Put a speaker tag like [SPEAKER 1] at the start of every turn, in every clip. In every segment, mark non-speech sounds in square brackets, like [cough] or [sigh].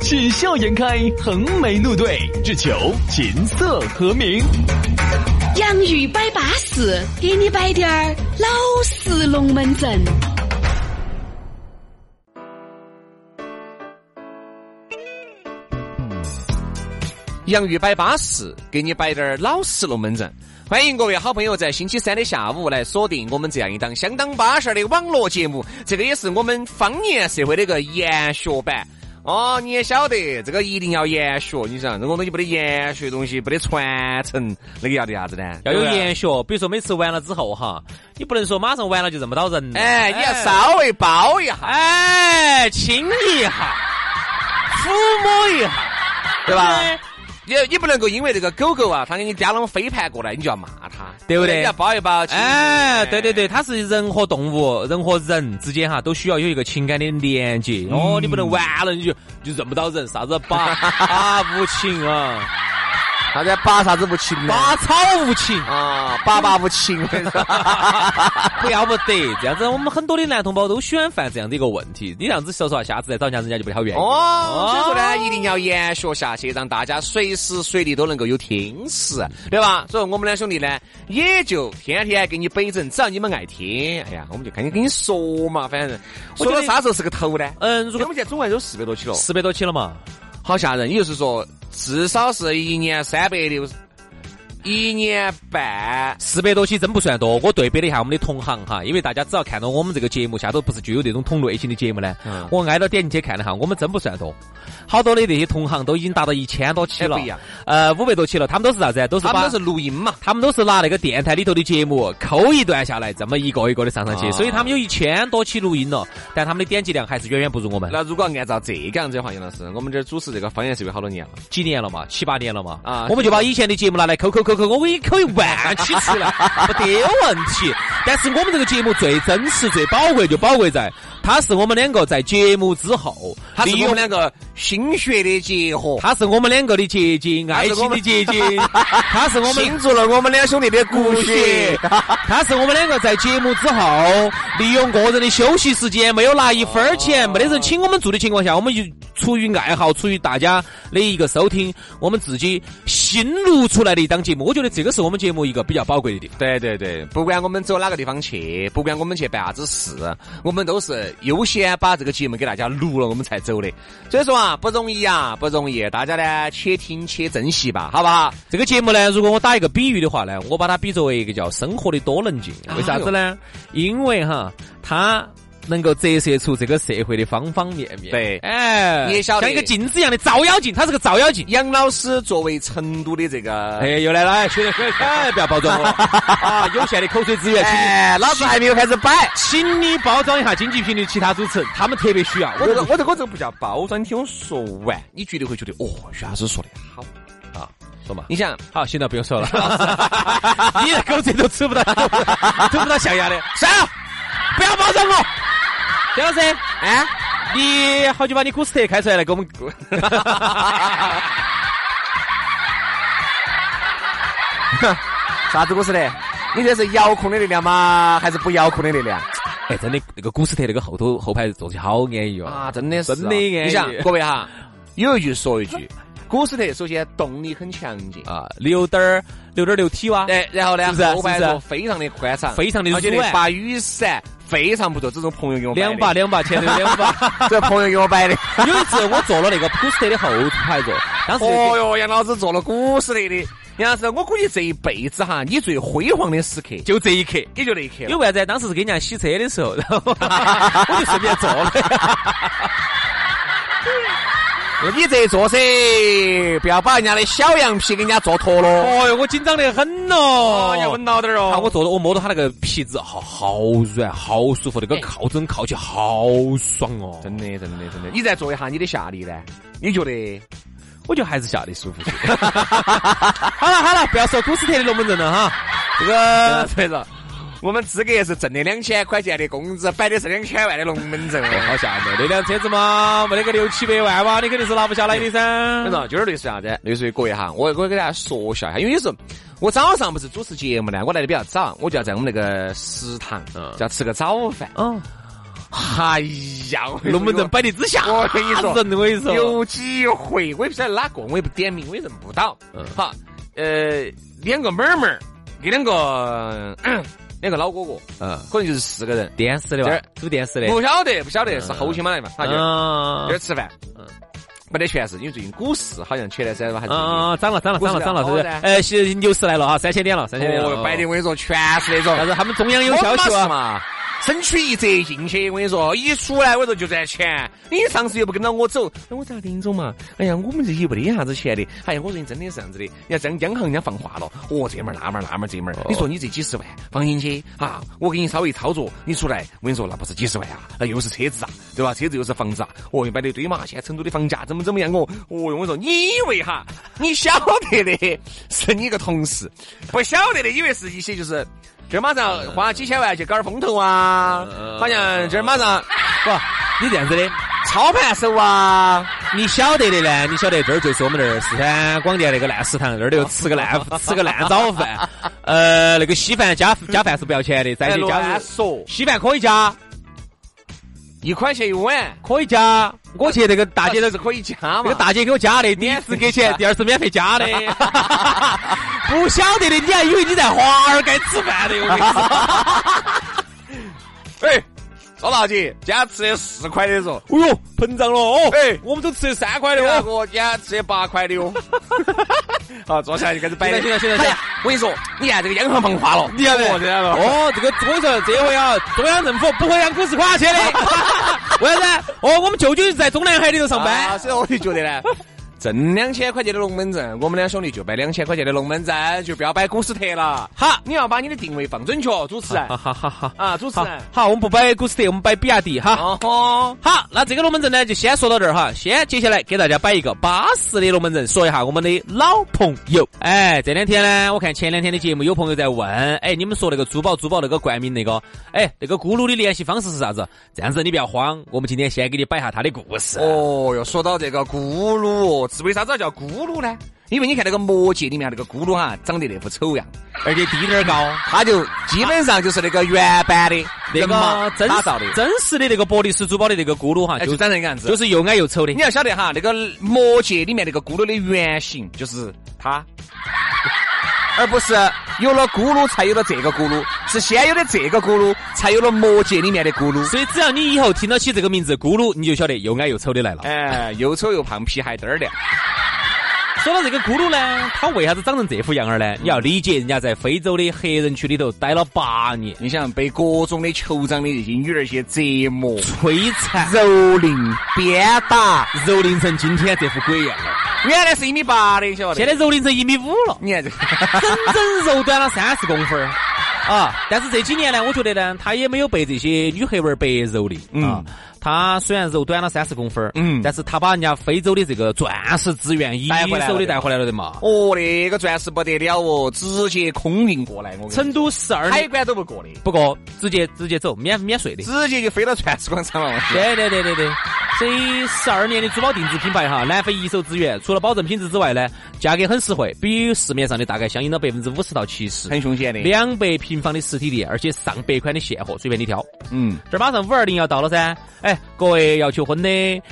[SPEAKER 1] 喜笑颜开，横眉怒对，只求琴瑟和鸣。
[SPEAKER 2] 洋芋摆巴士，给你摆点儿老式龙门阵。
[SPEAKER 3] 洋芋摆巴适，给你摆点儿老实龙门阵。欢迎各位好朋友在星期三的下午来锁定我们这样一档相当巴适的网络节目，这个也是我们方言社会的一个研学版。哦，你也晓得，这个一定要研学。你想，这种东西不得研学，东西不得传承，那个要得啥子呢？
[SPEAKER 4] 要有研学，比如说每次完了之后哈，你不能说马上完了就认不到人啊了，
[SPEAKER 3] 哎，你要稍微包一下，
[SPEAKER 4] 哎，亲一下，抚摸一下，
[SPEAKER 3] 对吧？你你不能够因为这个狗狗啊，它给你叼啷飞盘过来，你就要骂它，
[SPEAKER 4] 对不对
[SPEAKER 3] 你要包一包。亲一亲
[SPEAKER 4] 哎，对对对，它是人和动物、人和人之间哈，都需要有一个情感的连接。哦，你不能完了你就就认不到人，啥子 [laughs] 把啊无情啊，
[SPEAKER 3] 啥子拔啥子不亲呢？
[SPEAKER 4] 拔草无情，
[SPEAKER 3] 啊，爸爸无 [laughs] 情，
[SPEAKER 4] [laughs] 不要不得。这样子，我们很多的男同胞都喜欢犯这样的一个问题。你这样子说实话，下次再找人家人家就不好愿意。
[SPEAKER 3] 哦，所以说呢，一定要研学下去，让大家随时随地都能够有听识，对吧？所以我们两兄弟呢，也就天天给你摆整，只要你们爱听，哎呀，我们就赶紧跟你说嘛，反正
[SPEAKER 4] 我觉
[SPEAKER 3] 说
[SPEAKER 4] 得
[SPEAKER 3] 到啥时候是个头呢？
[SPEAKER 4] 嗯，如
[SPEAKER 3] 我们
[SPEAKER 4] 果
[SPEAKER 3] 现在总共有四百多期了，
[SPEAKER 4] 四百多期了嘛，
[SPEAKER 3] 好吓人！也就是说，至少是一年三百六十，一年半。
[SPEAKER 4] 四百多期真不算多，我对比了一下我们的同行哈，因为大家只要看到我们这个节目下头不是就有那种同类型的节目呢，
[SPEAKER 3] 嗯
[SPEAKER 4] 我挨着点进去看了哈，我们真不算多，好多的那些同行都已经达到一千多期
[SPEAKER 3] 哎
[SPEAKER 4] 了，
[SPEAKER 3] 不一样
[SPEAKER 4] 呃，五百多期了，他们都是啥子啊？都是
[SPEAKER 3] 他们
[SPEAKER 4] 把
[SPEAKER 3] 都是录音嘛，
[SPEAKER 4] 他们都是拿那个电台里头的节目抠一段下来，这么一个一个的上上去，
[SPEAKER 3] 啊
[SPEAKER 4] 所以他们有一千多期录音了，但他们的点击量还是远远不如我们。
[SPEAKER 3] 那如果按照这个样子的话，杨老师，我们这儿主持这个方言社会好多年了。
[SPEAKER 4] 几年了嘛，七八年了嘛，
[SPEAKER 3] 啊
[SPEAKER 4] 我们就把以前的节目拿来抠抠抠抠，我已经抠一万期次
[SPEAKER 3] [laughs]
[SPEAKER 4] 了，没得问题。但是我们这个节目最真实、最宝贵，就宝贵在它是我们两个在节目之后，
[SPEAKER 3] 它是
[SPEAKER 4] 利
[SPEAKER 3] 我
[SPEAKER 4] 用
[SPEAKER 3] 们两个心血的结合，
[SPEAKER 4] 它是我们两个的结晶，
[SPEAKER 3] 它
[SPEAKER 4] 爱
[SPEAKER 3] 是我
[SPEAKER 4] 情
[SPEAKER 3] 们
[SPEAKER 4] 的结晶，
[SPEAKER 3] [laughs]
[SPEAKER 4] 它是我们
[SPEAKER 3] 倾注了我们两兄弟的骨血。
[SPEAKER 4] 它是我们两个在节目之后，利用个人的休息时间，没有拿一分儿钱，没得人请我们做的情况下，我们就出于爱好，出于大家的一个收听，我们自己新录出来的一档节目，我觉得这个是我们节目一个比较宝贵的地方。
[SPEAKER 3] 对对对，不管我们走哪个地方去，不管我们去办啥子事，我们都是优先把这个节目给大家录了，我们才走的。所以说啊，不容易啊，不容易，大家呢且听且珍惜吧，好不好？
[SPEAKER 4] 这个节目呢，如果我打一个比喻的话呢，我把它比作为一个叫生活的多棱镜。为啥子呢？因为哈，它。能够折射出这个社会的方方面面，
[SPEAKER 3] 对
[SPEAKER 4] 哎，
[SPEAKER 3] 你也晓得
[SPEAKER 4] 像一个镜子一样的照妖镜，它是个照妖镜。
[SPEAKER 3] 杨老师作为成都的这个，
[SPEAKER 4] 哎，又来了，哎，学学哎，不要包
[SPEAKER 3] [laughs]
[SPEAKER 4] 装我啊！有限的口水资源，请你
[SPEAKER 3] 哎，老子还没有开始摆。
[SPEAKER 4] 请你包装一下经济频率其他主持人，他们特别需要。我
[SPEAKER 3] 我这个我这个我这个不叫包装，你听我说完，你绝对会觉得哦，徐老师说的好。
[SPEAKER 4] 啊，说嘛，
[SPEAKER 3] 你想，
[SPEAKER 4] 好，行了，不用
[SPEAKER 3] [laughs]
[SPEAKER 4] 说了。你的狗嘴都吃不到，吃不到象牙的，算
[SPEAKER 3] 啊
[SPEAKER 4] 了，不要包装我。姜老师，
[SPEAKER 3] 哎，
[SPEAKER 4] 你好久把你古斯特开出来来给我们？
[SPEAKER 3] [laughs] 啥子故事呢？你这是遥控的力量吗？还是不遥控的力量？
[SPEAKER 4] 哎，真的，那个古斯特那个后头后排坐起好安逸哦。
[SPEAKER 3] 啊，真的是啊、
[SPEAKER 4] 真的安逸
[SPEAKER 3] 你想，各位哈，有一句说一句，古斯特首先动力很强劲，
[SPEAKER 4] 啊，六点儿六点儿六 T 哇。
[SPEAKER 3] 哎，然后呢，
[SPEAKER 4] 是不是啊
[SPEAKER 3] 后排
[SPEAKER 4] 是不是
[SPEAKER 3] 座
[SPEAKER 4] 啊
[SPEAKER 3] 非常的宽敞，
[SPEAKER 4] 非常的
[SPEAKER 3] 而且呢
[SPEAKER 4] 软
[SPEAKER 3] 把雨伞非常不错，这是我朋友给我摆的
[SPEAKER 4] 两把，两把，前头两把。
[SPEAKER 3] 这朋友给我摆 [laughs] 的。
[SPEAKER 4] 有一次我坐了那个普斯特的后排座，当时就
[SPEAKER 3] 哦哟，杨老师做了古斯特的，杨老师，我估计这一辈子哈，你最辉煌的时刻
[SPEAKER 4] 就这一刻。
[SPEAKER 3] 也就那一刻
[SPEAKER 4] 因为
[SPEAKER 3] 了。
[SPEAKER 4] 为啥子？当时是给人家洗车的时候，然后我就顺便坐了。
[SPEAKER 3] 你这一坐噻，不要把人家的小羊皮给人家做脱了。
[SPEAKER 4] 哦哟，我紧张得很
[SPEAKER 3] 哦
[SPEAKER 4] 咯。
[SPEAKER 3] 到点儿
[SPEAKER 4] 啊！我坐到我摸到他那个皮子，好好软，好舒服，那个靠枕靠起好爽哦。
[SPEAKER 3] 真的，真的，真的。你再做一下你的下力呢？你觉得
[SPEAKER 4] 我觉得还是下得舒服些。好了好了，不要说古斯特的龙门阵了哈。
[SPEAKER 3] 这 [laughs] 个所以说，我们资格是挣的两千块钱的工资，摆的是两千万的龙门阵，
[SPEAKER 4] 好吓
[SPEAKER 3] 哦
[SPEAKER 4] 人！那辆车子嘛，没得个六七百万哇，你肯定是拿不下来的噻。
[SPEAKER 3] 反正就是类似啥子，类似于各位哈，我我给大家说一下，因为有时候我早上不是主持节目呢，我来的比较早，我就要在我们那个食堂，
[SPEAKER 4] 嗯
[SPEAKER 3] 就要吃个早饭。
[SPEAKER 4] 哦，
[SPEAKER 3] 哎呀，
[SPEAKER 4] 龙门阵摆得之下，
[SPEAKER 3] 我跟 [laughs] 你啊说
[SPEAKER 4] 吓人我跟你说，
[SPEAKER 3] 有几回我也不晓得哪个，我也不点名，我也认不到。
[SPEAKER 4] 嗯
[SPEAKER 3] 好，呃，两个妹儿妹儿，跟两个 [clears throat] 咳两个老哥哥，
[SPEAKER 4] 嗯，
[SPEAKER 3] 可能就是四个人。
[SPEAKER 4] 电视的
[SPEAKER 3] 这
[SPEAKER 4] 哇
[SPEAKER 3] 儿，
[SPEAKER 4] 煮电视的，
[SPEAKER 3] 不晓得，不晓得是后期嘛来嘛，他就
[SPEAKER 4] 啊
[SPEAKER 3] 就是吃饭
[SPEAKER 4] 嗯，
[SPEAKER 3] 没得全是，因为最近股市好像前段时间吧还是
[SPEAKER 4] 啊，涨了涨了涨了涨了，是
[SPEAKER 3] 股
[SPEAKER 4] 不
[SPEAKER 3] 市的
[SPEAKER 4] 是
[SPEAKER 3] 好？的
[SPEAKER 4] 哎，是牛市来了啊，三千点了，三千点了。
[SPEAKER 3] 哦，摆的我跟你说，全是
[SPEAKER 4] [laughs]
[SPEAKER 3] 那种
[SPEAKER 4] 但是他们中央有消息
[SPEAKER 3] 我
[SPEAKER 4] 啊，
[SPEAKER 3] 嘛，身躯一折进去，我跟你说，一出来我说就赚钱。你上次又不跟到我走，那我咋跟你走嘛？哎呀，我们这些没得啥子钱的。哎呀，我说你真的是这样子的，人家央央行人家放话了，哦，这门儿那门儿那门儿这门儿，你说你这几十万放进去啊，我给你稍微一操作，你出来，我跟你说那不是几十万啊，那又是车子啊，对吧？车子又是房子啊，哦，又买了一堆嘛。现在成都的房价怎么怎么样哦？哦，我跟你说，你以为哈，你晓得的是你一个同事，不晓得的以为是一些就是。这儿马上花几千万去搞点风投啊，
[SPEAKER 4] 呃
[SPEAKER 3] 好像这儿马上
[SPEAKER 4] 不，你这样子的，
[SPEAKER 3] 操盘手啊，
[SPEAKER 4] 你晓得的呢，你晓得这儿就是我们那儿四川广电那个烂食堂，那儿又吃个
[SPEAKER 3] [laughs]
[SPEAKER 4] 烂吃个烂早饭，呃，那个稀饭加加饭是不要钱的，再
[SPEAKER 3] 哎
[SPEAKER 4] 去加
[SPEAKER 3] 乱说，
[SPEAKER 4] 稀饭可以加，
[SPEAKER 3] 一块钱一碗，
[SPEAKER 4] 可以加。我去那个大姐
[SPEAKER 3] [laughs] 那是可以加嘛。
[SPEAKER 4] 那个哎大姐给我加的，第一
[SPEAKER 3] 免
[SPEAKER 4] 次
[SPEAKER 3] 费
[SPEAKER 4] 给钱
[SPEAKER 3] 加，
[SPEAKER 4] 第二次免费加
[SPEAKER 3] [laughs]
[SPEAKER 4] 的。不晓得的，你还以为你在华尔街吃饭的，我跟你
[SPEAKER 3] [laughs]
[SPEAKER 4] 说。
[SPEAKER 3] 哎，说到起，今天吃的四块的说，
[SPEAKER 4] 哎呦，膨胀了哦！
[SPEAKER 3] 哎
[SPEAKER 4] 我们都吃三块的
[SPEAKER 3] 那
[SPEAKER 4] 哦。
[SPEAKER 3] 个今天吃的八块
[SPEAKER 4] [laughs]
[SPEAKER 3] 的哟。好，坐下来就开始摆。
[SPEAKER 4] 现在现在现在
[SPEAKER 3] 哎呀，我跟你说，你看这个央行放话了，
[SPEAKER 4] 你看
[SPEAKER 3] 哦这样了。
[SPEAKER 4] 哦，这个我跟你说，这回啊，中央政府不会让股市垮下
[SPEAKER 3] [laughs]
[SPEAKER 4] 去的。为啥子？哦，我们舅舅是在中南海里头上
[SPEAKER 3] 啊
[SPEAKER 4] 班。
[SPEAKER 3] 所以我就觉得呢。 [laughs] 挣两千块钱的龙门阵，我们两兄弟就摆两千块钱的龙门阵，就不要摆股斯特了。
[SPEAKER 4] 好
[SPEAKER 3] 你要把你的定位放准确，主持人
[SPEAKER 4] 好好好好
[SPEAKER 3] 啊，主持
[SPEAKER 4] 好
[SPEAKER 3] 人。
[SPEAKER 4] 好，我们不摆股市特，我们摆比亚迪哈。
[SPEAKER 3] 哦，
[SPEAKER 4] 好，那这个龙门阵呢，就先说到这儿哈。先接下来给大家摆一个巴适的龙门阵，说一下我们的老朋友。哎，这两天呢，我看前两天的节目有朋友在问，哎，你们说那个珠宝珠宝那个冠名那个，哎，那个咕噜的联系方式是啥子？这样子你不要慌，我们今天先给你摆一下他的故事。
[SPEAKER 3] 哦哟，说到这个咕噜，哦，是为啥子要叫咕噜呢？因为你看那个魔界里面那个咕噜哈，长得那副丑样，
[SPEAKER 4] 而且低点儿高。
[SPEAKER 3] 他就基本上就是那个原版的
[SPEAKER 4] 那
[SPEAKER 3] 马
[SPEAKER 4] 个真
[SPEAKER 3] 打造的，
[SPEAKER 4] 真实的那个博利斯珠宝的那个咕噜哈，
[SPEAKER 3] 哎
[SPEAKER 4] 就
[SPEAKER 3] 就长成那个样子。
[SPEAKER 4] 就是又矮又丑的
[SPEAKER 3] 你。要晓得哈，那个魔界里面那个咕噜的原型就是它，而不是有了咕噜才有了这个咕噜，是先有了这个咕噜，才有了魔界里面的咕噜。
[SPEAKER 4] 所以只要你以后听到起这个名字咕噜，你就晓得又矮又丑的来了。
[SPEAKER 3] 哎，又丑又胖，皮还嘚儿的。
[SPEAKER 4] 说到这个咕噜呢，它为啥子长成这副样儿呢？你要理解人家在非洲的黑人区里头待了八年，
[SPEAKER 3] 你想被各种的酋长的这些女儿些折磨、
[SPEAKER 4] 摧残、
[SPEAKER 3] 蹂躏、鞭打， [laughs]
[SPEAKER 4] 蹂躏成今天这副鬼样儿。
[SPEAKER 3] 原来是一米八的，晓得不？
[SPEAKER 4] 现在蹂躏成一米五了，
[SPEAKER 3] 你看这个，
[SPEAKER 4] 整整肉短了三十公分儿。 [laughs] 啊，但是这几年呢，我觉得呢，他也没有被这些女黑娃儿白蹂躏、啊。他虽然肉短了三十公分儿，
[SPEAKER 3] 嗯
[SPEAKER 4] 但是他把人家非洲的这个钻石资源一
[SPEAKER 3] 带回来了
[SPEAKER 4] 手的带回来了的嘛。
[SPEAKER 3] [laughs] 哦，那个钻石不得了哦，直接空运过来，我跟你说 [laughs]
[SPEAKER 4] 成都十二
[SPEAKER 3] 海
[SPEAKER 4] 年，
[SPEAKER 3] 关都不过的，
[SPEAKER 4] 不过直接直接走，免免税的。
[SPEAKER 3] 直接就飞到钻石广场了。
[SPEAKER 4] [laughs] 对对对对对，所以十二年的珠宝定制品牌哈，南非一手资源，除了保证品质之外呢，价格很实惠，比市面上的大概相应了百分之五十到七十。
[SPEAKER 3] 很凶险的。
[SPEAKER 4] 两百平方的实体店，而且上百款的现货，随便你挑。
[SPEAKER 3] 嗯，
[SPEAKER 4] 这儿马上五二零要到了噻，哎，各位要求婚的，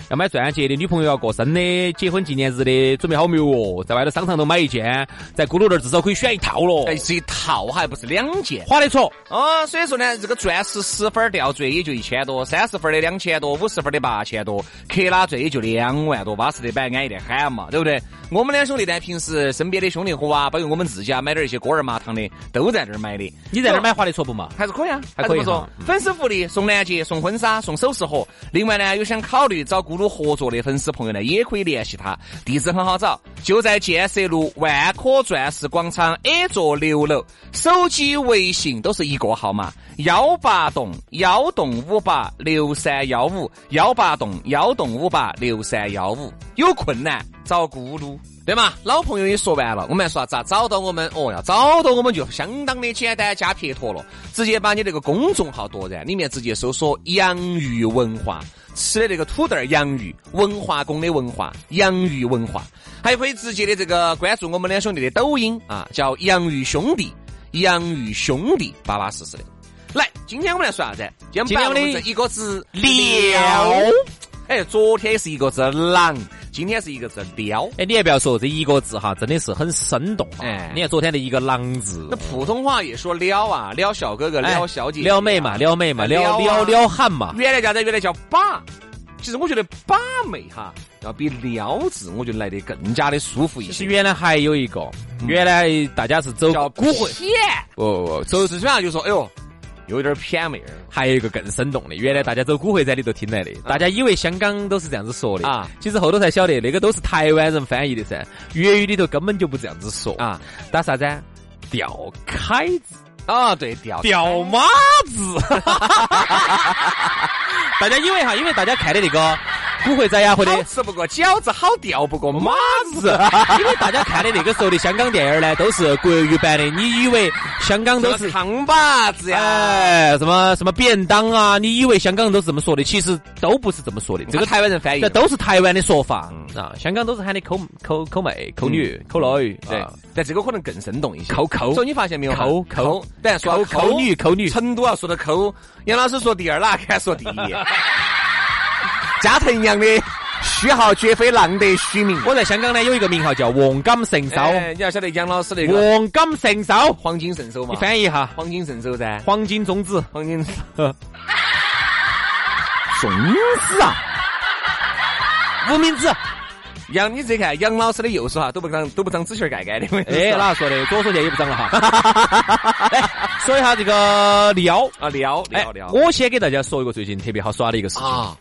[SPEAKER 4] 要买钻戒的，女朋友要过生的，结婚纪念日的，准备好没有哦？在外头商场头买一件，在咕噜那儿至少可以选一套咯，
[SPEAKER 3] 哎，是一套还不是两件
[SPEAKER 4] 划得着。
[SPEAKER 3] 哦，所以说呢，这个钻石十分儿吊坠也就一千多，三十分儿的两千多，五十分儿的八千多，克拉钻也就两万多，巴适的板安逸的很嘛，对不对？我们两兄弟呢，平时身边的兄弟伙啊，包括我们自己啊，买点儿一些锅儿麻糖的，都在这儿买的。
[SPEAKER 4] 你在那儿买划得着不嘛？
[SPEAKER 3] 还是可以啊，
[SPEAKER 4] 还可以
[SPEAKER 3] 不错
[SPEAKER 4] 哈。嗯
[SPEAKER 3] 粉丝福利送钻戒、送婚纱、送首饰盒。另外呢，有想考虑找咕噜合作的粉丝朋友呢，也可以联系他，地址很好找，就在建设路万科钻石广场 A 座六楼。手机、微信都是一个号码：幺八栋幺栋五八六三幺五，幺八栋幺洞五八六三幺五，有困难找咕噜，对吗？老朋友也说完了，我们说咋找到我们？哦，要找到我们就相当的简单加撇脱了，直接把你那个公众号夺然，里面直接搜索“洋芋文化”，吃的那个土豆儿洋芋，文化宫的文化，洋芋文化，还可以直接的这个关注我们两兄弟的抖音啊，叫“洋芋兄弟”，洋芋兄弟，巴巴适适的。来，今天我们来说啥子？今
[SPEAKER 4] 今天
[SPEAKER 3] 天
[SPEAKER 4] 我
[SPEAKER 3] 我
[SPEAKER 4] 们
[SPEAKER 3] 们这一个字
[SPEAKER 4] 撩
[SPEAKER 3] 哎，昨天是一个字狼，今天是一个字撩。
[SPEAKER 4] 哎，你还不要说这一个字哈，真的是很生动哈。
[SPEAKER 3] 哎
[SPEAKER 4] 你看昨天的一个“狼”字
[SPEAKER 3] 那，普通话也说撩啊，撩小哥哥，
[SPEAKER 4] 哎
[SPEAKER 3] 撩小姐姐啊，
[SPEAKER 4] 撩妹嘛，撩妹嘛，撩
[SPEAKER 3] 撩
[SPEAKER 4] 撩
[SPEAKER 3] 啊
[SPEAKER 4] 撩汉嘛。
[SPEAKER 3] 原来叫啥？原来叫把。其实我觉得把妹哈，要比撩字，我觉得来得更加的舒服一
[SPEAKER 4] 其实
[SPEAKER 3] 些。
[SPEAKER 4] 原来还有一个，原来大家是走
[SPEAKER 3] 嗯叫
[SPEAKER 4] 骨灰，
[SPEAKER 3] 撇，哦哦，走四川就说，哎呦，有点偏妹儿。
[SPEAKER 4] 还有一个更生动的，原
[SPEAKER 3] 啊
[SPEAKER 4] 来大家走古惑仔里头听来的，大家以为香港都是这样子说的
[SPEAKER 3] 啊，
[SPEAKER 4] 其实后头才晓得那个都是台湾人翻译的噻，粤语里头根本就不这样子说
[SPEAKER 3] 啊，
[SPEAKER 4] 打啥子啊？吊凯子、
[SPEAKER 3] 啊，对，吊
[SPEAKER 4] 吊马子， [laughs] 大家以为哈，因为大家看的那个古惑仔呀，或者
[SPEAKER 3] 好吃不过饺子，好吊不过马
[SPEAKER 4] 子，因为大家看的那个时候的香港电影呢，都是国语版的，你以为香港都
[SPEAKER 3] 都
[SPEAKER 4] 是
[SPEAKER 3] 是扛把子呀。
[SPEAKER 4] 哎，什么什么便当啊？你以为香港人都是这么说的？其实都不是这么说的。这
[SPEAKER 3] 这
[SPEAKER 4] 个
[SPEAKER 3] 个台湾人翻译
[SPEAKER 4] 这，都是台湾的说法、啊，香港都是喊的抠抠抠妹、抠女、抠女，
[SPEAKER 3] 对
[SPEAKER 4] 嗯啊，
[SPEAKER 3] 但这个可能更生动一些。
[SPEAKER 4] 抠抠
[SPEAKER 3] 所以你发现没有哈？
[SPEAKER 4] 抠抠
[SPEAKER 3] 抠，但说到
[SPEAKER 4] 抠抠女、抠女。
[SPEAKER 3] [laughs] 成都要说的抠，杨老师说第二，哪敢说第一？ [laughs] 加藤阳的虚号绝非浪得虚名。
[SPEAKER 4] 我在香港呢有一个名号叫“黄金神手”，
[SPEAKER 3] 哎，你要晓得杨老师那个
[SPEAKER 4] 黄金神手，
[SPEAKER 3] 黄金圣手嘛
[SPEAKER 4] 你，翻译一下，
[SPEAKER 3] 黄金圣手噻，
[SPEAKER 4] 黄金种子。
[SPEAKER 3] 黄金
[SPEAKER 4] 种子啊，无名指。
[SPEAKER 3] 杨，你自己看杨老师的右手哈啊都不长都不长指甲盖盖的。 [laughs]
[SPEAKER 4] 哎，哪说的？左手现在也不长了哈。 [laughs] 来，哎说一下这个撩。
[SPEAKER 3] 啊撩
[SPEAKER 4] 哎
[SPEAKER 3] 撩，撩
[SPEAKER 4] 我先给大家说一个最近特别好耍的一个事情。
[SPEAKER 3] 啊，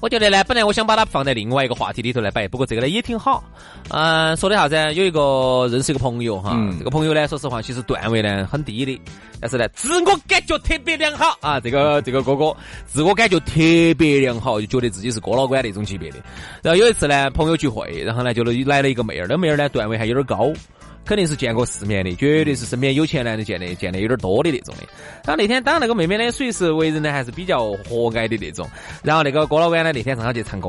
[SPEAKER 4] 我觉得呢，本来我想把它放在另外一个话题里头来摆，不过这个呢也挺好。嗯、说的啥子呢？有一个认识一个朋友哈，
[SPEAKER 3] 嗯
[SPEAKER 4] 这个朋友呢，说实话，其实段位呢很低的，但是呢，自我感觉特别良好啊。这个这个哥哥自我感觉特别良好，就觉得自己是哥老倌那种级别的。然后有一次呢，朋友聚会，然后呢就来了一个妹儿，那妹儿呢段位还有点高。肯定是见过世面的，绝对是身边有钱男的见的见的有点多的那种的。然后那天，当然那个妹妹呢，属于是为人呢还是比较和蔼的那种。然后那个哥老倌呢，那天上他去唱歌，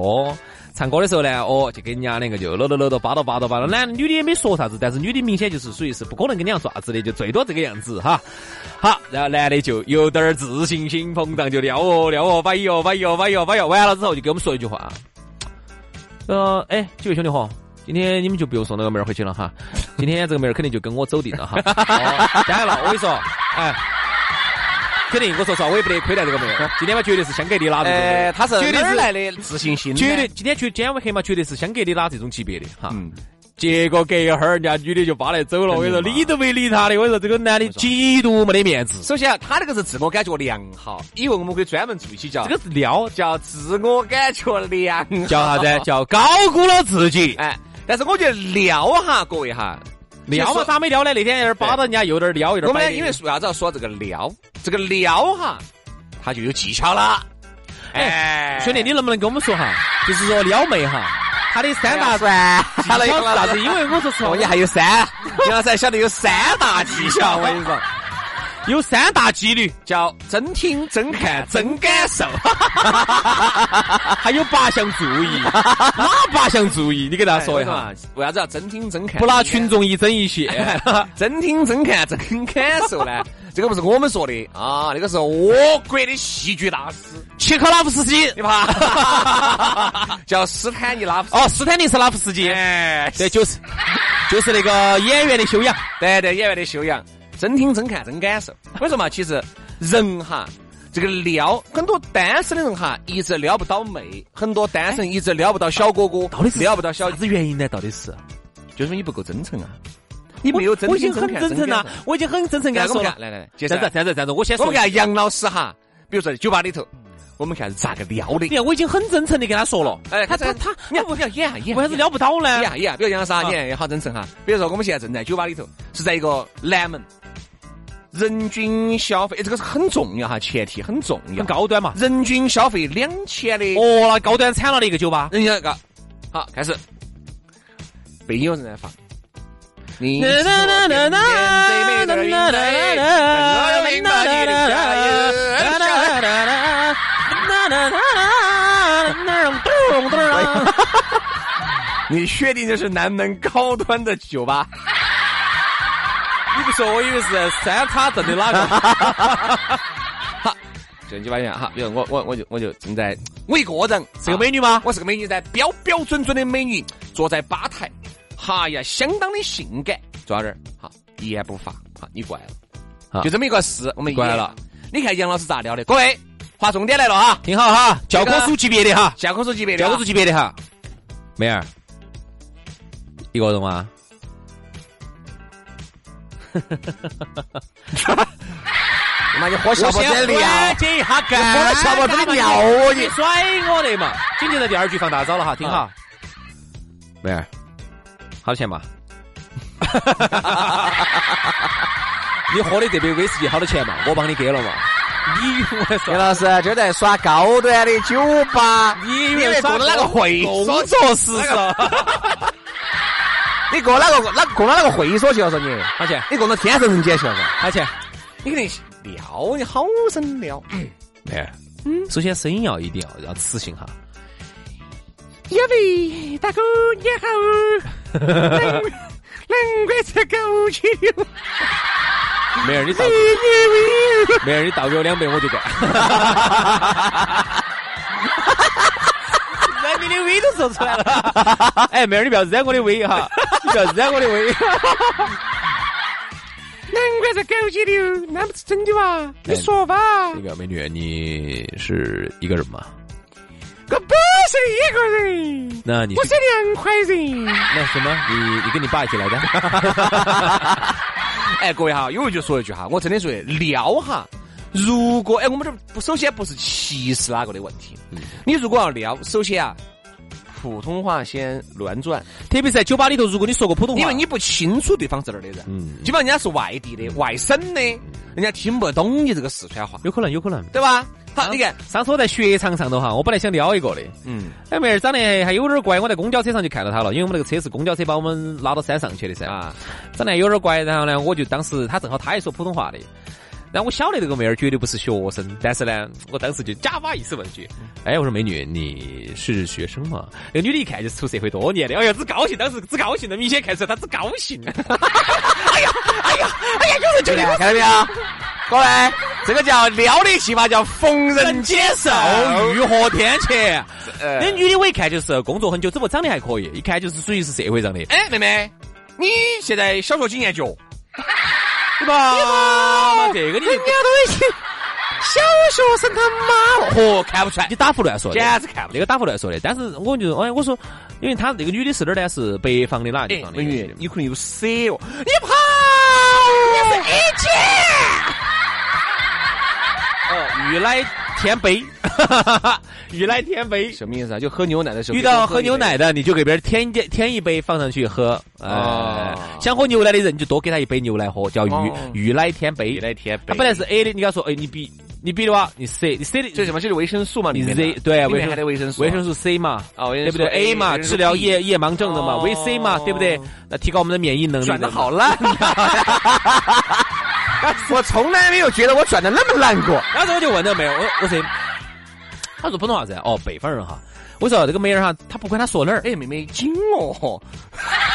[SPEAKER 4] 唱歌的时候呢，哦，就跟人家两个就搂搂搂搂巴叨巴叨巴叨，男女的也没说啥子，但是女的明显就是属于是不可能跟你要爪子的，就最多这个样子哈。好，然后男的就有点儿自信心膨胀，就撩哦撩哦，摆哟摆哟摆哟摆哟，完了之后就给我们说一句话，呃，哎，几位兄弟伙。今天你们就不用送那个妹儿回去了哈，今天这个妹儿肯定就跟我走定了哈。哦当然了，我跟你说，哎，肯定我说实话，我也不得亏待这个妹儿。今天嘛，绝对是香格里拉这种妹儿
[SPEAKER 3] 哎，他是
[SPEAKER 4] 绝对
[SPEAKER 3] 哪
[SPEAKER 4] 是
[SPEAKER 3] 儿来的自信心呢？
[SPEAKER 4] 绝对今天去今天晚黑嘛，绝对是香格里拉这种级别的哈。
[SPEAKER 3] 嗯
[SPEAKER 4] 结果隔一会儿，人家女的就扒来走了。我跟你说，理都没理他的。我跟你说，这个男的极度没得面子。
[SPEAKER 3] 首先，啊他那个是自我感觉良好，以后我们可以专门做一期叫
[SPEAKER 4] 这个是撩，
[SPEAKER 3] 叫自我感觉良好，
[SPEAKER 4] [laughs] 叫啥子？叫高估了自己。
[SPEAKER 3] 哎，但是我觉得撩哈，各位哈，
[SPEAKER 4] 撩嘛，
[SPEAKER 3] 就是
[SPEAKER 4] 咋没撩呢？那天有点扒到人家，有点撩，有点
[SPEAKER 3] 我们
[SPEAKER 4] 摆
[SPEAKER 3] 呢，
[SPEAKER 4] 的
[SPEAKER 3] 因为为啥子要说这个撩？这个撩哈，它就有技巧了。哎，
[SPEAKER 4] 兄弟，你能不能跟我们说哈？就是说撩妹哈，她的三大技
[SPEAKER 3] 算
[SPEAKER 4] 巧是啥子？因为我 [laughs] 说实
[SPEAKER 3] 哦，
[SPEAKER 4] 话，
[SPEAKER 3] 你还有三，你 [laughs] 要才晓得有三大技巧，我跟你说，
[SPEAKER 4] 有三大几 [laughs] 率，
[SPEAKER 3] 叫真听、真看、真感受。
[SPEAKER 4] 还有八项注意。 [laughs] 哪八项注意？你给大家说一下。
[SPEAKER 3] 哎，为啥子要真听真看？
[SPEAKER 4] 不拿群众一针一线。
[SPEAKER 3] 真听真看真感受呢？这个不是我们说的啊，那个是俄国的戏剧大师，
[SPEAKER 4] [laughs] 切克拉夫斯基，
[SPEAKER 3] 你怕？ [laughs] 叫斯坦尼拉夫斯基。
[SPEAKER 4] 哦，斯坦尼斯拉夫斯基，
[SPEAKER 3] 哎，
[SPEAKER 4] 对，就是就是那个演员的修养。
[SPEAKER 3] [laughs] 对对，演员的修养，真听真看真感受。我说嘛，其实人哈，这个撩很多单身的人哈，一直撩不到妹，很多单身一直撩不到小哥哥，
[SPEAKER 4] 哎哦到底是
[SPEAKER 3] 撩不到小
[SPEAKER 4] 啥，子原因呢？到底是
[SPEAKER 3] 就是你不够真诚啊，你没有真
[SPEAKER 4] 我已
[SPEAKER 3] 听
[SPEAKER 4] 经
[SPEAKER 3] 真
[SPEAKER 4] 很
[SPEAKER 3] 看
[SPEAKER 4] 真诚了
[SPEAKER 3] 感受，
[SPEAKER 4] 我已经很真诚跟他
[SPEAKER 3] 来，我
[SPEAKER 4] 说
[SPEAKER 3] 们
[SPEAKER 4] 了
[SPEAKER 3] 看，。来来来，接
[SPEAKER 4] 这
[SPEAKER 3] 着
[SPEAKER 4] 样子，这样子，这样子，我先
[SPEAKER 3] 我
[SPEAKER 4] 说
[SPEAKER 3] 们。看杨老师哈，比如说在酒吧里头，我们看是咋个撩的
[SPEAKER 4] 你。看，我已经很真诚的跟他说了。
[SPEAKER 3] 哎
[SPEAKER 4] 他他
[SPEAKER 3] 他
[SPEAKER 4] 他，他
[SPEAKER 3] 你看
[SPEAKER 4] 不
[SPEAKER 3] 不要演啊演
[SPEAKER 4] 为啥子撩不到呢？
[SPEAKER 3] 呀呀，比如杨老师啊，
[SPEAKER 4] 啊
[SPEAKER 3] 你看也好真诚哈。比如说我们现在正在酒吧里头，是在一个南门，人均消费，哎这个是很重要哈，前提很重要
[SPEAKER 4] 很。高端嘛。
[SPEAKER 3] 人均消费两千的，
[SPEAKER 4] 哦，那高端惨了的一个酒吧。
[SPEAKER 3] 人家那个好开始，背景有人在放。你是我的天最美的云彩让我明白你的下一个 [laughs] 下一个你确定这是南门高端的酒 [laughs] 吧？
[SPEAKER 4] 你不说，我以为是三叉镇的哪个？
[SPEAKER 3] 正经八百哈，比如我我我就我就正在啊我一个人
[SPEAKER 4] 是个美女吗？
[SPEAKER 3] [laughs] 我是个美女噻，标标准准的美女，坐在吧台，哈呀，相当的性感，坐在这儿，哈，一言不发，哈，你过来
[SPEAKER 4] 啊
[SPEAKER 3] 了，就这么一个事，我们
[SPEAKER 4] 过来
[SPEAKER 3] 一言
[SPEAKER 4] 了
[SPEAKER 3] 不发。你看杨老师咋聊的？各位，划重点来了啊，
[SPEAKER 4] 挺好哈，教科书级别的哈，
[SPEAKER 3] 下课手级别的啊，
[SPEAKER 4] 教科书级别的哈。妹儿，一个人吗？
[SPEAKER 3] 他妈你喝下巴
[SPEAKER 4] 先
[SPEAKER 3] 点聊，
[SPEAKER 4] 缓解一哎下干，
[SPEAKER 3] 我下巴子尿哦你
[SPEAKER 4] 甩哎我啊的嘛！紧接着第二句放大招了哈，听好。
[SPEAKER 3] 啊
[SPEAKER 4] 妹儿，好多钱嘛？你喝的这杯威士忌好多钱嘛？我帮你给了嘛？你以为
[SPEAKER 3] 杨
[SPEAKER 4] 说
[SPEAKER 3] 老师这在耍高端的酒吧，
[SPEAKER 4] 你以
[SPEAKER 3] 以为
[SPEAKER 4] 为
[SPEAKER 3] 过了哪个会所
[SPEAKER 4] 工作室是吧？
[SPEAKER 3] [laughs] 你过哪个哪过到哪个会所去了？说你，
[SPEAKER 4] 好钱，
[SPEAKER 3] 你过到天神人间去了？
[SPEAKER 4] 好钱。
[SPEAKER 3] 你肯定聊，你好生聊。
[SPEAKER 4] 妹儿，首先声音要一定要要磁性 [laughs] 哈。
[SPEAKER 3] 一位大哥你好，难怪是狗去了。
[SPEAKER 4] 妹儿，你倒，妹儿，你倒给我两杯我
[SPEAKER 3] [laughs]
[SPEAKER 4] 就干。
[SPEAKER 3] 那你的胃都说出来了。
[SPEAKER 4] [laughs] 哎，妹儿，你不要惹我的胃哈，你不要惹我的胃。
[SPEAKER 3] 难怪是狗去了，那不是真的吧？你说吧，
[SPEAKER 4] 那个美女，你是一个人吗？
[SPEAKER 3] 我不是一个人，
[SPEAKER 4] 那你
[SPEAKER 3] 我是两块人。
[SPEAKER 4] 那什么？你你跟你爸一起来的？
[SPEAKER 3] 哎，各位哈，有一句说一句哈，我真的说撩哈。如果哎，我们这不首先不是歧视哪个的问题，你如果要撩，首先啊，普通话先乱转，
[SPEAKER 4] 特别是在酒吧里头，如果你说个普通话，
[SPEAKER 3] 因为你不清楚对方是哪儿的人，
[SPEAKER 4] 嗯
[SPEAKER 3] 基本上人家是外地的、外省的，人家听不懂你这个四川话，
[SPEAKER 4] 有可能，有可能。
[SPEAKER 3] 对吧？好， [laughs] 你看，
[SPEAKER 4] 上次我在雪场上头哈，我本来想撩一个的，
[SPEAKER 3] 嗯
[SPEAKER 4] 哎，妹儿长得还有点乖，我在公交车上就看到她了，因为我们那个车是公交车把我们拉到山上去的噻。
[SPEAKER 3] 啊，
[SPEAKER 4] 长得有点乖，然后呢，我就当时她正好她也说普通话的，然后我晓得这个妹儿绝对不是学生，但是呢，我当时就假巴意思问句，哎，我说美女，你是学生吗？那个女的一看就是出社会多年的，哎呀，只高兴，当时只高兴的，明显看出来她只高兴。
[SPEAKER 3] 就看到没有？ [laughs] 各位，这个叫撩的戏法叫逢人接受，
[SPEAKER 4] 哦，欲壑天晴。
[SPEAKER 3] 呃
[SPEAKER 4] 那女的我一看就是工作很久，只不过长得还可以，一看就是属于是社会上的。
[SPEAKER 3] 哎，妹妹，你现在小学几 [laughs] 年级哦？
[SPEAKER 4] 你吧，这个你
[SPEAKER 3] 都已经小学生他妈了，嚯，看不出来
[SPEAKER 4] 你，打胡乱说的，
[SPEAKER 3] 简直看不
[SPEAKER 4] 那
[SPEAKER 3] 出
[SPEAKER 4] 个打胡乱说的。但是我就哎，我说，因为她那个女的是哪儿呢？是北方的哪个地
[SPEAKER 3] 来。
[SPEAKER 4] 方的？
[SPEAKER 3] 美女，哎你可能有蛇哦，你跑，你是 A 姐。
[SPEAKER 4] [laughs] 哦，雨来天
[SPEAKER 3] [laughs]
[SPEAKER 4] 杯，雨来天杯。
[SPEAKER 3] 什么意思啊？就喝牛奶的时候，
[SPEAKER 4] 遇到喝牛奶的，你就给别人添一点添一杯放上去喝。哎
[SPEAKER 3] 哦，
[SPEAKER 4] 想喝牛奶的人，你就多给他一杯牛奶喝，叫雨
[SPEAKER 3] 哦
[SPEAKER 4] 雨来天杯。
[SPEAKER 3] 来天杯
[SPEAKER 4] 他本来是 A 的，你跟他说，哎，你 B，你 B 的话，你 C，你 C 的
[SPEAKER 3] 这是什么？这是维生素嘛？
[SPEAKER 4] 你
[SPEAKER 3] 里面的
[SPEAKER 4] Z 对
[SPEAKER 3] 里
[SPEAKER 4] 维
[SPEAKER 3] 面
[SPEAKER 4] 生
[SPEAKER 3] 还
[SPEAKER 4] 素
[SPEAKER 3] 得维生素啊，
[SPEAKER 4] 维生素 C 嘛，
[SPEAKER 3] 啊，维生
[SPEAKER 4] 对不
[SPEAKER 3] 素
[SPEAKER 4] 对
[SPEAKER 3] A
[SPEAKER 4] ？A 嘛，治疗
[SPEAKER 3] 液
[SPEAKER 4] 夜夜盲症的嘛
[SPEAKER 3] 哦
[SPEAKER 4] ，VC 嘛，对不对？那提高我们的免疫能力。
[SPEAKER 3] 转的好烂啊呀！ [laughs] 我从来没有觉得我转的那么烂过。
[SPEAKER 4] 然后我就问了没有，我我谁？他说普通话噻，哦，北方人哈。我说这个妹儿哈，她不管她说哪儿，
[SPEAKER 3] 哎，妹妹精哦，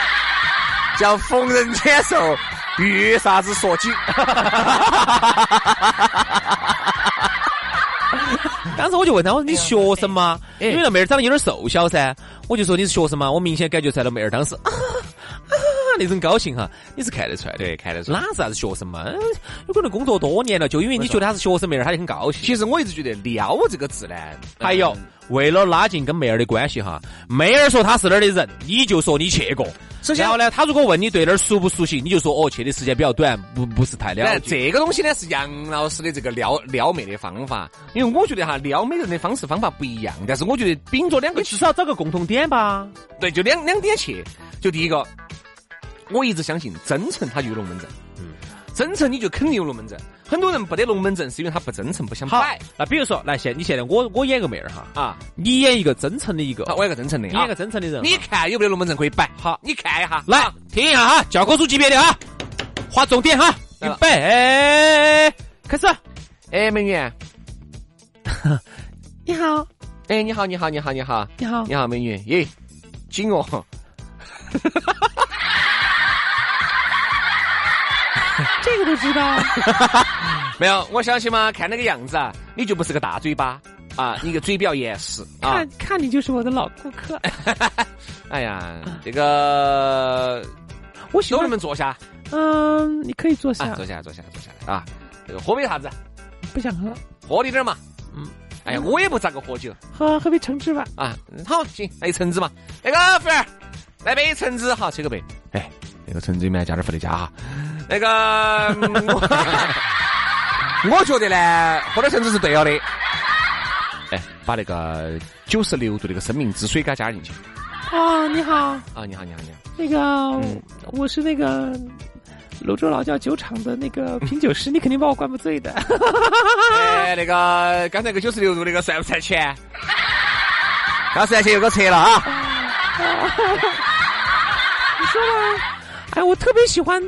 [SPEAKER 3] [laughs] 叫逢人接受，遇啥子说精。
[SPEAKER 4] 当时我就问她，我说你学生吗？
[SPEAKER 3] 哎
[SPEAKER 4] 因为那妹儿长得有点瘦小噻，我就说你是学生吗？我明显感觉出来了，妹儿当时 [laughs] 啊啊那种高兴哈，你是看得出来的。
[SPEAKER 3] 对，看得出来。
[SPEAKER 4] 哪是啥子学生嘛？嗯有可能工作多年了，就因为你觉得她是学生妹儿，她就很高兴。
[SPEAKER 3] [laughs] 其实我一直觉得“撩”这个字呢，
[SPEAKER 4] 还有，哎
[SPEAKER 3] 嗯
[SPEAKER 4] 为了拉近跟妹儿的关系哈，妹儿说她是哪儿的人，你就说你去过。
[SPEAKER 3] 首先
[SPEAKER 4] 然后呢，她如果问你对哪儿熟不熟悉，你就说哦，去的时间比较短，不不是太了
[SPEAKER 3] 但
[SPEAKER 4] 解。
[SPEAKER 3] 这个东西呢是杨老师的这个撩撩妹的方法，因为我觉得哈撩妹人的方式方法不一样，但是我觉得秉着两个
[SPEAKER 4] 你至少找个共同点吧。
[SPEAKER 3] 对，就两两点去，就第一个，我一直相信真诚它就有龙门阵。
[SPEAKER 4] 嗯
[SPEAKER 3] 嗯，真诚你就肯定有龙门阵。很多人不得龙门阵，是因为他不真诚，不想
[SPEAKER 4] 好
[SPEAKER 3] 摆，
[SPEAKER 4] 那比如说，来现你现在我我演个妹儿哈，
[SPEAKER 3] 啊。
[SPEAKER 4] 你演一个真诚的一个，
[SPEAKER 3] 好，我有个真诚的
[SPEAKER 4] 你
[SPEAKER 3] 啊，
[SPEAKER 4] 演个真诚的人，
[SPEAKER 3] 你看有没得龙门阵可以摆？
[SPEAKER 4] 好
[SPEAKER 3] 你看一下，
[SPEAKER 4] 来
[SPEAKER 3] 啊
[SPEAKER 4] 听一下哈，教科书级别的哈，划重点哈，预
[SPEAKER 3] 来了
[SPEAKER 4] 备，开始。
[SPEAKER 3] 哎，美女，
[SPEAKER 4] [laughs] 你好，
[SPEAKER 3] 哎，你好，你好，你好，你好，
[SPEAKER 4] 你好，
[SPEAKER 3] 你好，美女，耶，紧哦，
[SPEAKER 4] [laughs] 这个都知道。
[SPEAKER 3] [laughs] 没有，我相信嘛，看那个样子啊，你就不是个大嘴巴啊，你个嘴比较严实啊。
[SPEAKER 4] 看你就是我的老顾客，
[SPEAKER 3] 哎呀，这个
[SPEAKER 4] 啊我喜
[SPEAKER 3] 都
[SPEAKER 4] 欢
[SPEAKER 3] 能。不能坐下？
[SPEAKER 4] 嗯，你可以坐
[SPEAKER 3] 啊，坐下，坐下，坐下来啊。这个喝杯啥子？
[SPEAKER 4] 不想喝，
[SPEAKER 3] 喝滴点儿嘛。嗯
[SPEAKER 4] 嗯。
[SPEAKER 3] 哎呀，我也不咋个喝酒
[SPEAKER 4] 喝喝杯橙汁吧。
[SPEAKER 3] 啊。嗯好，行，来一橙子嘛。那个服务员，来杯橙子，好，吹个杯。哎，那个橙子里面加点儿伏特加哈。那个，嗯我我觉得呢，喝点橙子是对了的。哎，把那个九十六度那个生命之水给它加进去。
[SPEAKER 5] 哦，你好，
[SPEAKER 3] 啊，你好，嗯你好，你好。
[SPEAKER 5] 那个、我是那个泸州老窖酒厂的那个品酒
[SPEAKER 3] [laughs]
[SPEAKER 5] 师，你肯定把我灌不醉的。
[SPEAKER 3] 哎，那个刚才那个九十六度那个算不算钱？刚才先有个车了啊！
[SPEAKER 5] 你说吧，哎，我特别喜欢，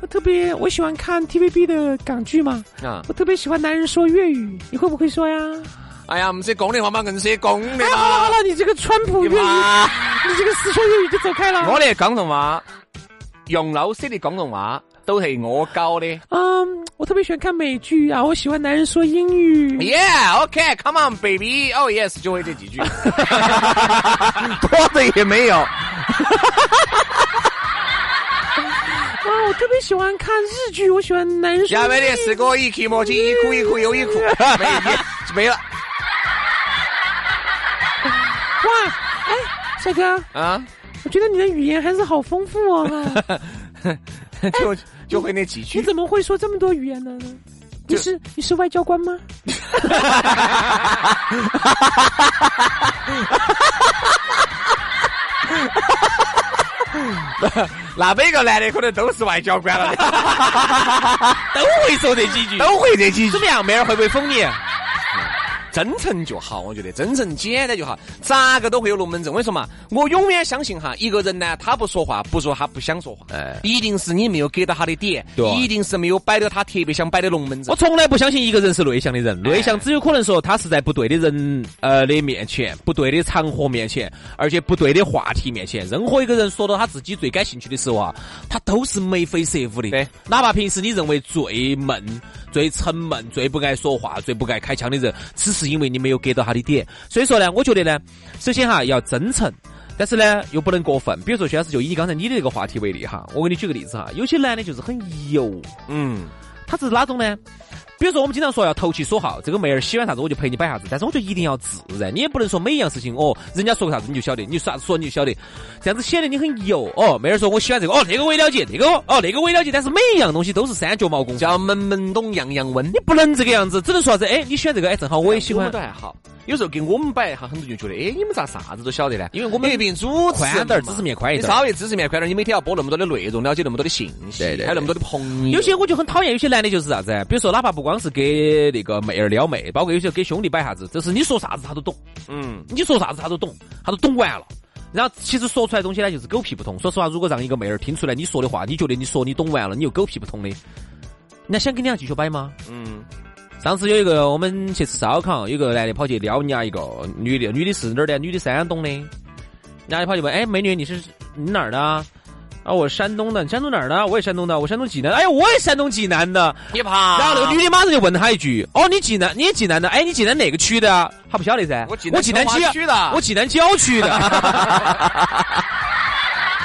[SPEAKER 5] 我特别我喜欢看 TVB 的港剧嘛，
[SPEAKER 3] 啊，
[SPEAKER 5] 我特别喜欢男人说粤语，你会不会说呀？
[SPEAKER 3] 哎呀，唔是公的话嘛，硬是公的
[SPEAKER 5] 哎，好了好
[SPEAKER 3] 嘛。
[SPEAKER 5] 了，你这个川普
[SPEAKER 3] 你
[SPEAKER 5] 粤语，
[SPEAKER 3] 妈！
[SPEAKER 5] 你这个四川粤语就走开了。
[SPEAKER 3] [laughs] 我的广东话，用老师的广东话都是我教的。
[SPEAKER 5] 嗯，我特别喜欢看美剧啊，我喜欢男人说英
[SPEAKER 3] 嗯
[SPEAKER 5] 语。
[SPEAKER 3] Yeah, OK, come on, baby. Oh yes，就会这几句， [laughs] 多的也没有。
[SPEAKER 5] 哇，啊我特别喜欢看日剧，我喜欢男人说
[SPEAKER 3] 下面
[SPEAKER 5] 英
[SPEAKER 3] 的
[SPEAKER 5] 语
[SPEAKER 3] 是我一哭莫起，一哭一哭又一哭，没没了
[SPEAKER 5] 哇，哎，帅哥，
[SPEAKER 3] 啊，
[SPEAKER 5] 我觉得你的语言还是好丰富哦，
[SPEAKER 3] [laughs] 就就会那几句
[SPEAKER 5] 你。怎么会说这么多语言呢？你是你是外交官吗？
[SPEAKER 3] 那每个男的可能都是外交官了，
[SPEAKER 4] 都会说这几句。
[SPEAKER 3] [laughs] 都会这几句
[SPEAKER 4] 怎。么样，妹儿会不会封你？
[SPEAKER 3] 真诚就好，我觉得真诚简单就好，咋个都会有龙门阵。我跟你说嘛，我永远相信哈，一个人呢，他不说话，不说他不想说话，
[SPEAKER 4] 哎
[SPEAKER 3] 一定是你没有给到他的点，
[SPEAKER 4] 对啊
[SPEAKER 3] 一定是没有摆到他特别想摆的龙门阵
[SPEAKER 4] 我。从来不相信一个人是内向的人，内向只有可能说他是在不对的人呃的面前、不对的场合面前，而且不对的话题面前，任何一个人说到他自己最感兴趣的时候啊，他都是眉飞色舞的。
[SPEAKER 3] 对，
[SPEAKER 4] 哪怕平时你认为最闷、最沉闷、最不爱说话、最不爱开腔的人，只是因为你没有给到他的点。所以说呢，我觉得呢，首先哈要真诚。但是呢，又不能过分。比如说，薛老师，就以你刚才你的这个话题为例哈，我给你举个例子哈，有些男的就是很油，
[SPEAKER 3] 嗯，
[SPEAKER 4] 他是哪种呢？比如说，我们经常说要投其所好，这个妹儿喜欢啥子我就陪你摆啥子，但是我觉得一定要自然，你也不能说每一样事情哦，人家说个啥子你就晓得，你啥子说你就晓得，这样子显得你很油哦。妹儿说我喜欢这个哦，这个我也了解，这个哦那、这个我也了解，但是每一样东西都是三脚猫功夫，
[SPEAKER 3] 叫门门懂样样温
[SPEAKER 4] 你。不能这个样子，只能说啥子哎，你喜欢这个哎，正好我也喜
[SPEAKER 3] 我
[SPEAKER 4] 欢
[SPEAKER 3] 们都，还好，有时候给我们摆一下，很多人就觉得，哎，你们咋啥子都晓得呢？
[SPEAKER 4] 因为我们
[SPEAKER 3] 毕竟主持人
[SPEAKER 4] 宽点儿，
[SPEAKER 3] 嘛
[SPEAKER 4] 知识面宽一
[SPEAKER 3] 你
[SPEAKER 4] 点
[SPEAKER 3] 稍
[SPEAKER 4] 儿。
[SPEAKER 3] 微知识面宽点儿，你每天要播那么多的内容，了解那么多的信息，
[SPEAKER 4] 对对对
[SPEAKER 3] 还有那么多的朋友。
[SPEAKER 4] 有些我就很讨厌，有些男的就是啥子，比如说哪怕不光是给那个妹儿撩妹，包括有些给兄弟摆啥子，就是你说啥子他都懂。
[SPEAKER 3] 嗯，
[SPEAKER 4] 你说啥子他都懂，他都懂完了。然后其实说出来的东西呢，就是狗屁不通。说实话，如果让一个妹儿听出来你说的话，你觉得你说你懂完了，你又狗屁不通的，人家想跟你俩继续摆吗？
[SPEAKER 3] 嗯，
[SPEAKER 4] 上次有一个我们去吃烧烤，有个男的跑去撩人家一个女的，女的是哪儿的？女的山东的。人家跑去问：“哎，美女，你是你哪儿的啊？”啊，我山东的。你山东哪儿的？我也山东的。我山东济南的。哎，我也山东济南的。
[SPEAKER 3] 别怕。啊
[SPEAKER 4] 然后那个女的马上就问他一句：“哦，你济南，你也济南的？哎，你济南哪个区的啊？”他不晓得噻。
[SPEAKER 3] 我济南
[SPEAKER 4] 我济南
[SPEAKER 3] 清华
[SPEAKER 4] 区
[SPEAKER 3] 区的
[SPEAKER 4] 我济南郊区
[SPEAKER 3] [laughs]
[SPEAKER 4] 的。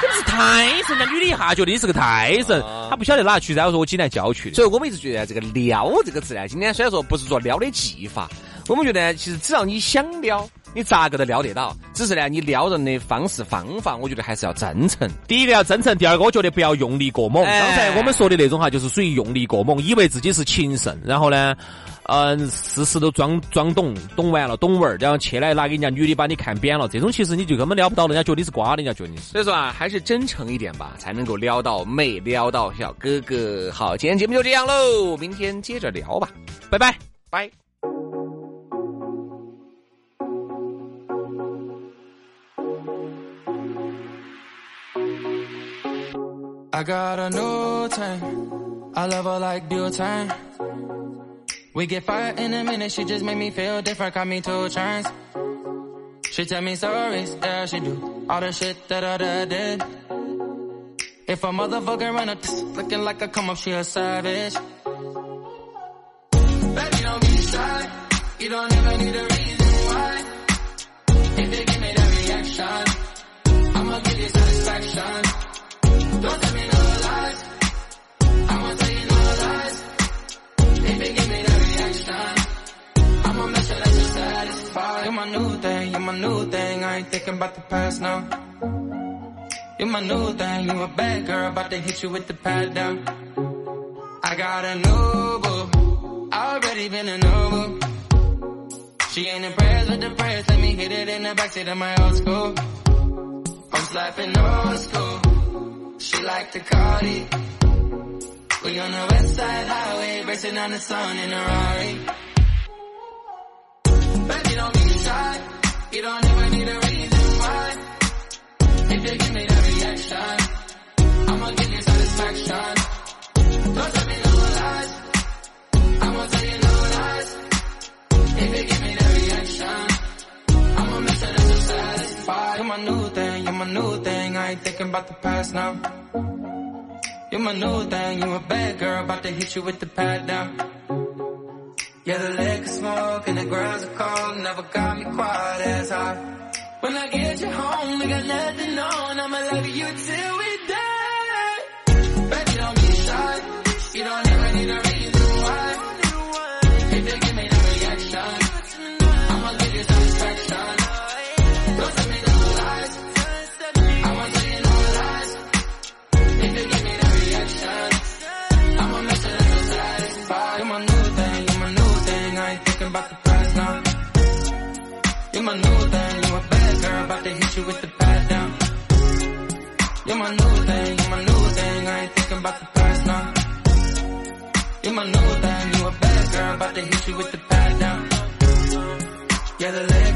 [SPEAKER 4] 真是泰神，那女的一下觉得你是个泰神
[SPEAKER 3] 啊，
[SPEAKER 4] 她不晓得哪个区噻。我说我济南郊区的。
[SPEAKER 3] 所以我们一直觉得这个撩这个字呢，今天虽然说不是说撩的技法，我们觉得其实只要你想撩，你咋个都撩得到。只是呢，你撩人的方式方法，我觉得还是要真诚。
[SPEAKER 4] 第一个要真诚，第二个我觉得不要用力过猛。
[SPEAKER 3] 哎
[SPEAKER 4] 刚才我们说的那种哈，就是属于用力过猛，以为自己是情圣，然后呢，嗯、事事都装装懂，懂完了懂文儿，然后去来拿给人家女的把你看扁了，这种其实你就根本撩不到，人家觉得你是瓜的，人家觉得你是。
[SPEAKER 3] 所以说啊，还是真诚一点吧，才能够撩到妹，撩到小哥哥。好，今天节目就这样喽，明天接着聊吧，
[SPEAKER 4] 拜拜。
[SPEAKER 3] 拜。
[SPEAKER 6] I got a new time. I love her like butane. We get fired in a minute. She just make me feel different. Caught me two chains. She tell me stories. Yeah, she do all the shit that I done did. If a motherfucker run up, tss, looking like a come up, she a savage. Baby, don't be shy. You don't ever need a reason why. If you give me that reaction, I'ma give you satisfaction. Don't tell me no lies. I'ma tell you no lies. If you give me that reaction, I'ma make sure that you're satisfied. You're my new thing, you're my new thing. I ain't thinking about the past now. You're my new thing, you a bad girl, about to hit you with the pad down. I got a new boo, I already been a new boo. She ain't impressed with the prayers, let me hit it in the backseat of my old school. I'm slapping old school. She like the Cardi. We on the west side highway, racing down the sun in a Rari. Baby, don't be shy. You don't ever need a reason why. If you give me the reaction, I'ma give you satisfaction. Don't tell me no lies. I'ma tell you no lies. If you give me the reaction, I'ma make sure that you're satisfied. You're my new thing, you're my new thing. I ain't thinking about the past now. You're my new thing, you a bad girl, about to hit you with the pad down. Yeah, the liquor smoke and the girls are cold, never got me quiet as I. When I get you home, we got nothing on, I'ma love you till we die. Baby, don't be shy, you don't ever need a reason why. If you give me the reaction, I'ma give you satisfaction. Don't tell me no lies. I won't tell you no lies. If you give me the reaction, I'ma make sure that you're satisfied. You're my new thing, you're my new thing. I ain't thinking about the past now. You're my new thing, you a bad girl, about to hit you with the pad down. You're my new thing, you're my new thing. I ain't thinking about the past now. You're my new thing, you a bad girl, about to hit you with the pad down. Yeah, the leg